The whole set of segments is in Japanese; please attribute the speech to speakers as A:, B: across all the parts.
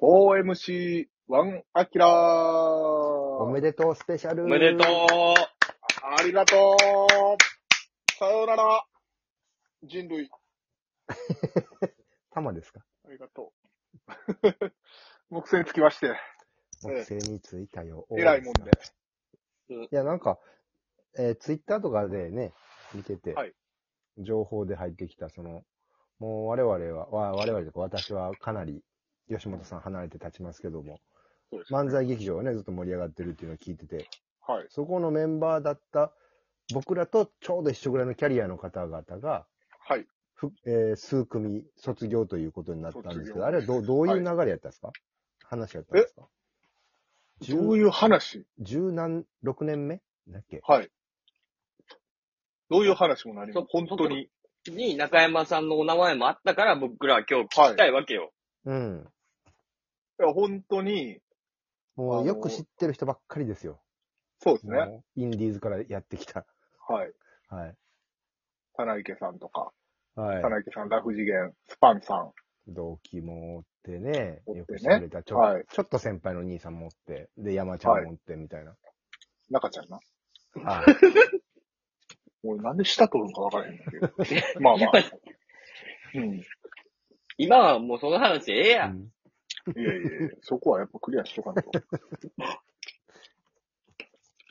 A: OMC1 アキラ
B: お
A: ー
B: めでとうスペシャル。
C: おめでとう。
A: ありがとうさよなら人類、
B: タマですか
A: ありがとう。 木星につきまして、
B: 木星についたよ。
A: えらいもんで。
B: いや、なんか、えツイッター Twitter とかでね、見てて、
A: はい
B: 情報で入ってきた、その、もう我々は、わ我々というか私はかなり吉本さん離れて立ちますけども、
A: そうです
B: 漫才劇場がね、ずっと盛り上がってるっていうのを聞いてて、
A: はい。
B: そこのメンバーだった僕らとちょうど一緒ぐらいのキャリアの方々が、
A: はい。
B: ふえー数組卒業ということになったんですけ
A: 卒業
B: ど、あれはどうどういう流れやったんですか、話やったんですか十
A: どういう話
B: 十何、六年目だっけ
A: はい。どういう話も何も、本当に。
C: に、中山さんのお名前もあったから、僕らは今日聞きたいわけよ。
B: うん。
A: いや、本当に、あ
B: も
A: の
B: うよく知ってる人ばっかりですよ。
A: そうですね。
B: もうインディーズからやってきた。
A: はい。
B: はい。
A: 田中池さんとか、
B: は
A: 田
B: い。
A: 中池さん、ラフ次元、スパンさん。
B: 同期もおってね、
A: おってね
B: よく知られたちょ,、
A: はい
B: ちょっと先輩の兄さんもおって、で、山ちゃんもおってみ たいな。
A: 中ちゃんな。
B: はい。
A: 俺なんで下取るのか分からへんねんけど。まあまあ。うん。
C: 今はもうその話ええや。
B: うんん
A: いやいやいや、そこはやっぱクリアしとかないと。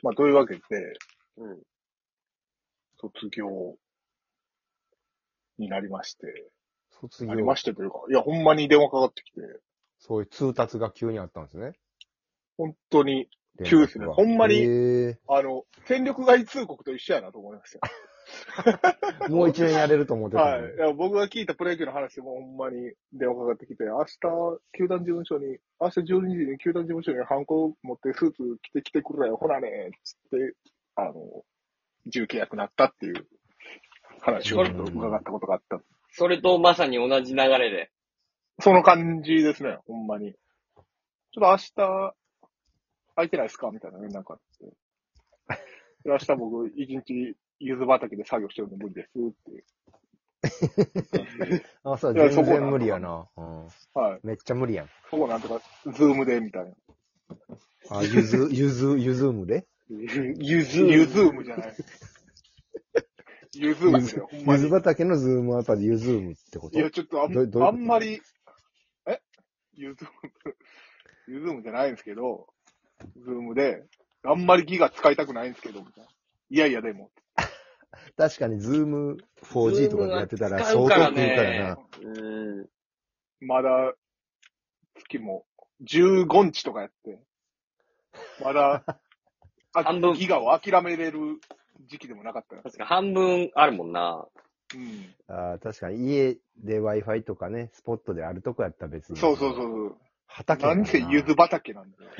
A: まあ、というわけで、
C: うん。
A: 卒業になりまして、
B: 卒
A: なり
B: 業
A: ま、してというか、いや、ほんまに電話かかってきて、
B: そういう通達が急にあったんですね。
A: 本当に、急ですね
B: 連絡が
A: ほんまに
B: へ
A: あの、戦力外通告と一緒やなと思いましたよ。
B: ーもう一年やれると思ってた
A: は
B: のに
A: い。いや僕が聞いたプロ野球の話でもほんまに電話かかってきて、明日、球団事務所に、明日12時に球団事務所にハンコ持ってスーツ着てきてくれよ、ほらね、つって、あの、自由契約になったっていう話をちょっと伺ったことがあった。
C: それとまさに同じ流れで。
A: その感じですね、ほんまに。ちょっと明日、空いてないですかみたいな連絡あって。で明日僕、一日、柚子畑で作業してるんで無理ですって。
B: あ、そう、
A: いやそ
B: 全
A: こなん
B: 然
A: か
B: 無理やな。うん。
A: はい。
B: めっちゃ無理やん。
A: そこなんとか、ズームで、みたいな。
B: あ、ゆず、 ゆず、ゆずむで
A: ゆず、ゆずーむじゃない。ゆずーむですよ、ほんま
B: ゆず
A: に。
B: 畑のズームアパでゆずむってこと
A: いや、ちょっとあん
B: どどういうこと
A: あんまり、えゆずーむ、 ゆずーむじゃないんですけど、ズームで、あんまりギガ使いたくないんですけど、みたいな。いやいや、でも。
B: 確かに、ズーム 4G とかでやってたら、
C: Zoom
B: 相当食
C: は使うから
B: う
C: ね
B: からな。
C: うん。
A: まだ、月も15日とかやって、ま だ、あ
C: 半分
A: ギガを諦めれる時期でもなかったら。
C: 確か半分あるもんな。
A: うん。
B: あー確かに、家で Wi-Fi とかね、スポットであるとこやったら別に。。
A: そうそうそううそう。
B: 畑や
A: な
B: から
A: ん
B: な
A: でゆず畑なんだよ。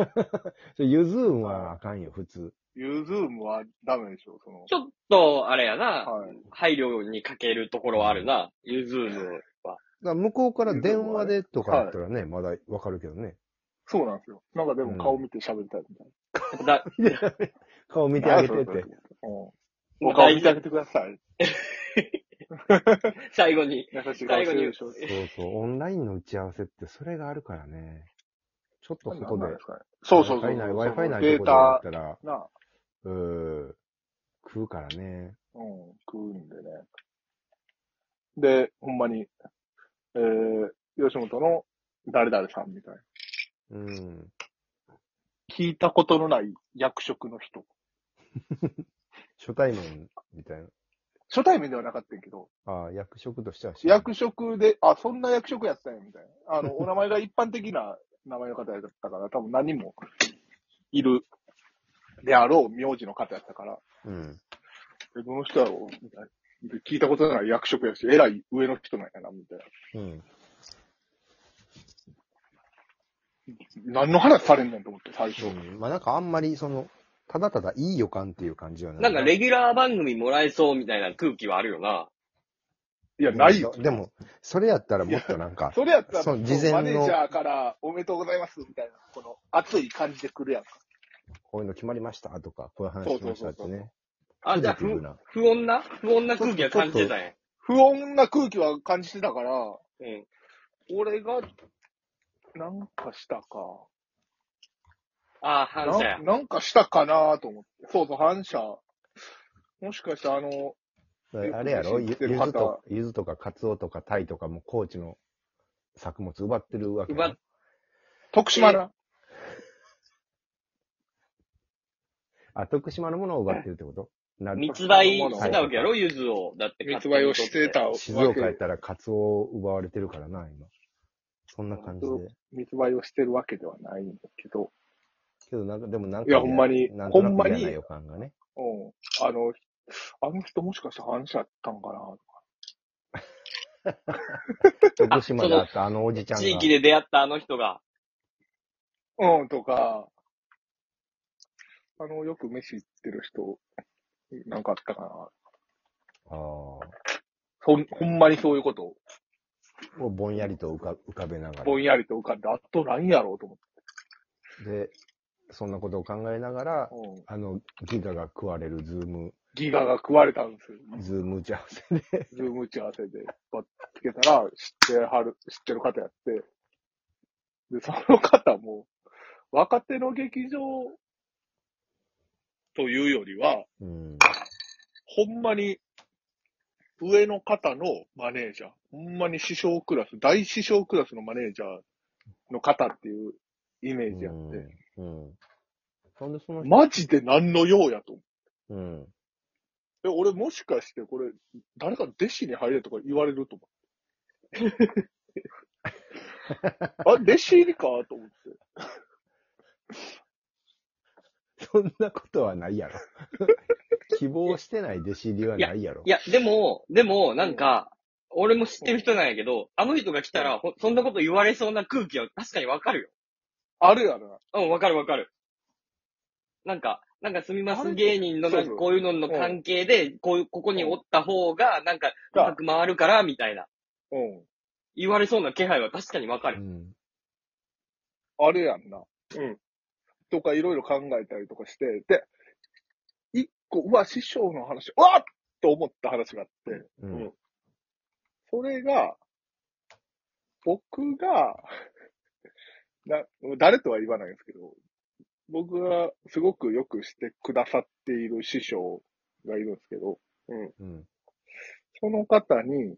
B: ゆずむはあかんよ、普通。
A: ユズームはダメでしょ、その。
C: ちょっと、あれやな。
A: はい。
C: 配慮に欠けるところはあるな。ゆずーム
B: だ
C: は。
B: から向こうから電話でとかやったらね、まだわかるけどね。
A: そうなんですよ。なんかでも顔見て喋りたいみたい
C: だ
B: 顔見て
A: な。
B: あげてっ
A: なんや
B: て
A: そ。れうん。お顔見てあげてください。
C: 最後に。
A: 優しい顔
C: 最
A: し
C: 後
A: て
C: に
A: るでしょ。
B: そうそう、オンラインの打ち合わせってそれがあるからね。ちょっと
A: なん
B: 外
A: なん
B: で
A: で、すかね。そうそうそう。
B: Wi-Fi ない、Wi-Fi ない
A: デ
B: と
A: ー
B: こでやっ
A: タ、
B: たら、
A: なあ、
B: うーん、食うからね。
A: うん、食うんでね。で、ほんまに、えー、吉本の誰々さんみたいな。
B: うん。
A: 聞いたことのない役職の人。
B: 初対面みたいな。
A: 初対面ではなかったんやけど、
B: ああ、役職としては知らん
A: 役職で、あ、そんな役職やったんや、みたいな。あの、 お名前が一般的な名前の方やったから、多分何人もいるであろう名字の方やったから、
B: うん。
A: えどの人やろうみたいな。で聞いたことのない役職やし、えらい上の人なんやな、みたい
B: うん。
A: な。何の話されんねんと思って、最初。
B: うんまあなんかあんまり、その、ただただいい予感っていう感じは
C: なんかレギュラー番組もらえそうみたいな空気はあるよな。
A: いや、ないよ。
B: でも、それやったらもっとなんか、
A: それやったら、
B: そ
A: マ
B: の
A: ネ
B: 事前の
A: ージャーからおめでとうございます、みたいな、この熱い感じで来るやんか。
B: こういうの決まりましたとか、こういう話しましたって
A: そうそうそう
B: ね。
C: あ、じゃあ、
B: ポジティブ
C: 不
B: な
C: 不穏な不穏な空気は感じてたんや。
A: 不穏な空気は感じてたから、
C: うん。
A: 俺がなんかしたか。
C: ああ、反射や
A: な。なんかしたかなと思って。そうそう、反射。もしかして、あの、
B: だからあれやろ
A: よ
B: ゆ
A: く知
B: ゆ
A: ってる方
B: ずと、ゆずとかカツオとかタイとかも高知の作物奪ってるわけやろ。
C: 奪っ
A: 徳島な。
B: あ、徳島のものを奪ってるってことな
C: 密売してたわけやろ、ゆずを。だって、
A: 密売をしてた。わけ。
B: 静岡やったらカツオを奪われてるからな、今。そんな感じで。
A: 密売をしてるわけではないんだけど。
B: けどなんか、でもなんか、
A: いやほんまに
B: なんと
A: ほんま
B: なく
A: に
B: 嫌な予感がね。
A: うん。あの、あの人もしかして反射やったんかな
B: 徳島であったあのおじちゃんが。
C: 地域で出会ったあの人が。
A: うん、とか、あの、よく飯行ってる人、なんかあったかな。
B: ああ。も
A: ほん、ほんまにそういうことを
B: うぼんやりと浮か浮かべながら。
A: ぼんやりと浮かんで、あとなんやろうと思
B: で、そんなことを考えながら、
A: って。うん。
B: あの、ギガが食われるズーム、
A: ギガが食われたんですよ。
B: ズーム打ち合わせ で。
A: ズーム打ち合わせで、ばっつけたら、知ってはる、知ってる方やって。で、その方も、若手の劇場というよりは、
B: うん。
A: ほんまに、上の方のマネージャー、ほんまに師匠クラス、大師匠クラスのマネージャーの方っていうイメージやって、
B: うん。うんなんでその人、
A: マジで何の用やと思
B: うん。
A: う。え、俺もしかしてこれ、誰かの弟子に入れとか言われると思う。あ、弟子入りかと思って。
B: そんなことはな いやろ。希望してない弟子入りはないやろ。
C: いや、でも、でも、なんか、俺も知ってる人なんやけど、あの人が来たら、ほそんなこと言われそうな空気は確かにわかるよ。
A: あるやろな。
C: うん、わかるわかる。なんか、なんかすみま
A: あ
C: せ
A: れ
C: ん芸人の
A: そう
C: な
A: そうん
C: かこういうのの関係で、こういう、ここにおった方が、なんか、うまく回るから、みたいな。
A: うん。
C: 言われそうな気配は確かにわか
B: う
C: る。
B: ん。
A: あれやんな。うん。とかいろいろ考えたりとかして、で、一個、うわ、師匠の話、うわっと思った話があって、
B: う
A: うんん。それが、僕が、 な誰とは言わないんですけど、僕がすごくよくしてくださっている師匠がいるんですけど、
B: うん。
A: その方に、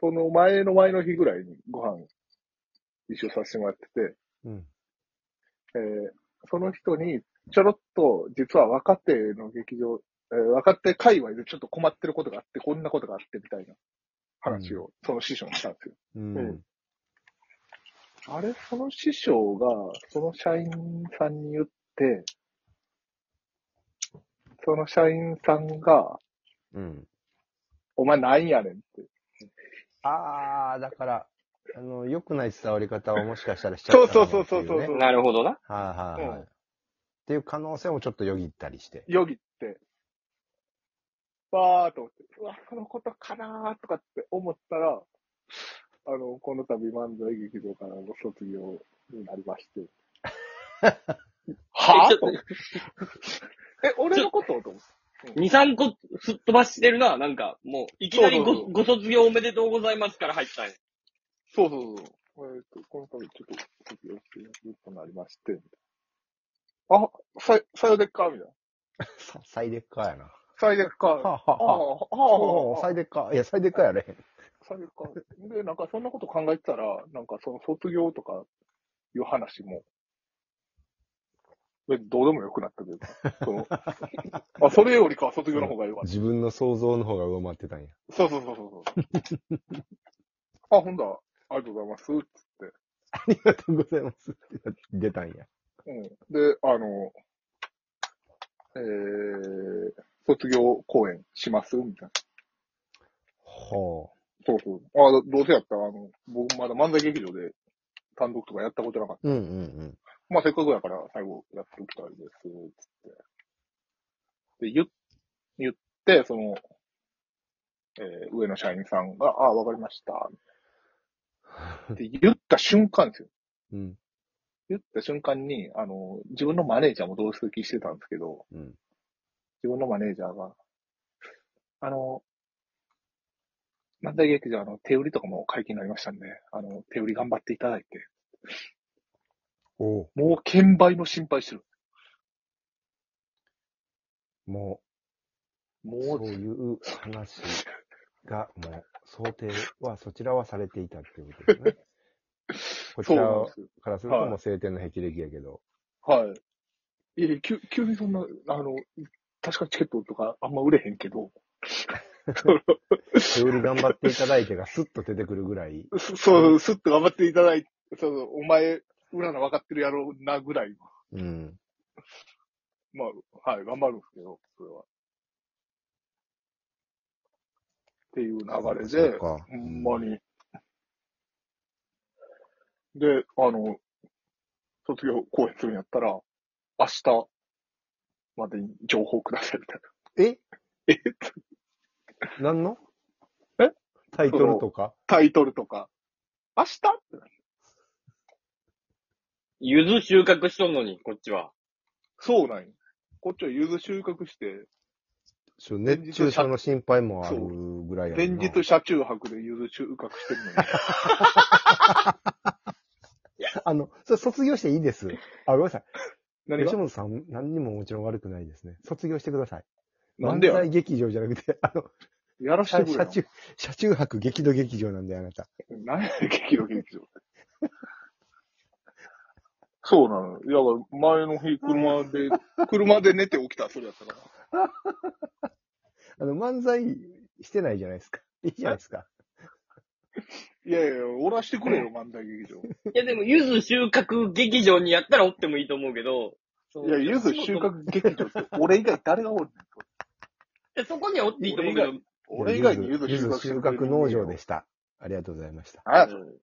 A: その前の前の日ぐらいにご飯一緒させてもらってて、
B: うん。
A: えーその人に、ちょろっと、実は若手の劇場、えー若手界隈でちょっと困ってることがあって、こんなことがあってみたいな話を、その師匠にしたんですよ。
B: うん。
A: うんあれ、その師匠が、その社員さんに言って、その社員さんが、
B: うん。
A: お前なんやねんって。
B: ああ、だから、あの、良くない伝わり方をもしかしたらしちゃ
A: そ
B: っ
A: う
B: た
A: そ
B: の
A: うそうそうそう
B: かもってい
A: そう。
C: なるほどな。
B: はいはいはい。
A: うん
B: っていう可能性もちょっとよぎったりして。
A: よぎって、わーっと思って、うわ、そのことかなーとかって思ったら、あの、この度漫才劇場からご卒業になりま して。はぁ
C: えちょ
A: と思って。え、俺のことと思って。
C: 2、3個すっ飛ばしてるな、なんか、もう、いきなりご
A: そうそうそう
C: ご卒業おめでとうございますから入ったんや。
A: そうそうそう。えっ、と、この度ちょっと卒業することになりまして。みたいなあ、さ、さよでっかみたいな。
B: さ最でっかやな。
A: さよでっか。
B: はあ、は
A: ああ、
B: あはあ、
A: はあ、
B: お
A: は
B: お
A: あ
B: 最。でっか。いや、最でっかやれへん。
A: それか。で、なんかそんなこと考えてたら、なんかその卒業とかいう話も、えどうでもよくなったというか、そ のあ、それよりかは卒業の方がよかった。
B: 自分の想像の方が上回ってたんや。
A: そうそうそうそうそう。あ、ほんだ、ありがとうございます。
B: ありがとうございます。出たんや。
A: うん、で、あの、えー、卒業公演しますみたいな。
B: ほ
A: そうそう。あ、どうせやったら、あの、僕まだ漫才劇場で単独とかやったことなかった
B: う。うんうん
A: まあ、せっかくやから、最後やっておきたいです、つって。で、言っ、言って、その、えー上の社員さんが、ああ、わかりました。って言った瞬間ですよ。
B: うん。うん。
A: 言った瞬間に、あの、自分のマネージャーも同席してたんですけど、
B: うん。
A: 自分のマネージャーが、あの、漫才劇場、あの、手売りとかも解禁になりましたんで、あの、手売り頑張っていただいて、
B: おう
A: もう、券売の心配してる。
B: もう、
A: も、
B: そうういう話が、もう、想定は、そちらはされていたっていうことですね。こ
A: そ
B: ち
A: う
B: ら
A: なん です。
B: からすると
A: はい
B: もう晴天の霹靂やけど。
A: はい。いや、急急にそんな、あの、確かチケットとかあんま売れへんけど、
B: 手売り頑張っていただいてがスッと出てくるぐらい、
A: そそう、すっと頑張っていただいて、そうそう、お前、裏の分かってるやろうなぐらいの、
B: うん。
A: まあ、はい、頑張るんですけど、それは。っていう流れ
B: そ
A: で
B: う、か
A: ほんまに。で、あの、卒業公演するんやったら、明日までに情報くださいみたいな。
B: え
A: え
B: 何の
A: え
B: タイトルとか
A: タイトルとか。明日ってなる
C: ゆず収穫しとんのに、こっちは。
A: そうなんよ。こっちは柚子収穫して、
B: そう熱中症の心配もあるぐらいやも
A: 連
B: んな
A: 日車中泊で柚子収穫してるのに。
B: あの、それ卒業していいです。あ、ごめんなさい。
A: 何
B: 吉
A: が
B: 本さん、何にももちろん悪くないですね。卒業してください。
A: なんで
B: 漫
A: や
B: 才劇場じゃなくて、あの、
A: やらして
B: 車
A: くれよ。
B: 中、車中泊激怒劇場なんで、あなた。
A: 何やねん、激怒劇場。そうなのよ。いや、前の日、車で、車で寝て起きた、それやったから。
B: あの、漫才してないじゃないですか。いいじゃないですか。
A: いやいや、おらしてくれよ、漫才劇場。
C: いや、でも、ゆず収穫劇場にやったらおってもいいと思うけど。
A: いや、ゆず収穫劇場って、俺以外誰がおるねん。
C: でそこにはおっていいと思うけど。
A: 俺以外にゆ
B: ゆ
A: ず
B: ず
A: 収穫。
B: 収穫農場ですした。ありがとうございました。
A: あ、
C: うん